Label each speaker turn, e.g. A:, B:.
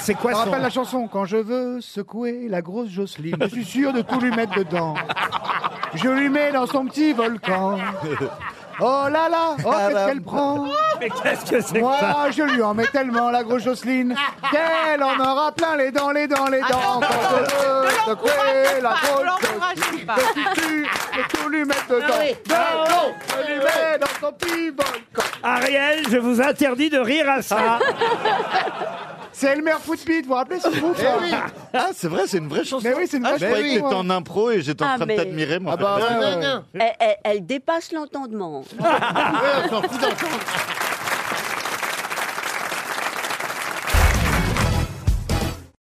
A: C'est quoi
B: ça
A: son-
B: rappelle la chanson Quand je veux secouer la grosse Jocelyne, je suis sûr de tout lui mettre dedans. Je lui mets dans son petit volcan. Oh là là, oh qu'est-ce qu'elle prend
A: Mais qu'est-ce que c'est que ça
B: Moi, je lui en mets tellement la grosse Jocelyne qu'elle en aura plein les dents, les dents, les dents. Quand je veux secouer la grosse Jocelyne, je suis sûr de tout lui mettre dedans. De l'eau, je lui mets dans son petit volcan.
A: Ariel, je vous interdis de rire à ça.
B: C'est le maire Footbeat, vous vous rappelez ce groupe là
C: Ah, c'est vrai, c'est une vraie chanson. Ah,
B: Mais oui, c'est une vraie
C: je croyais que
B: chanson, hein.
C: t'étais
B: ouais.
C: en impro et j'étais en
D: Ah,
C: train
D: mais-
C: de t'admirer, mon
E: Ah bah,
C: frère.
E: ouais, ouais, ouais.
D: Elle, elle- elle dépasse l'entendement.
E: Ouais, on s'en fout d'entendre.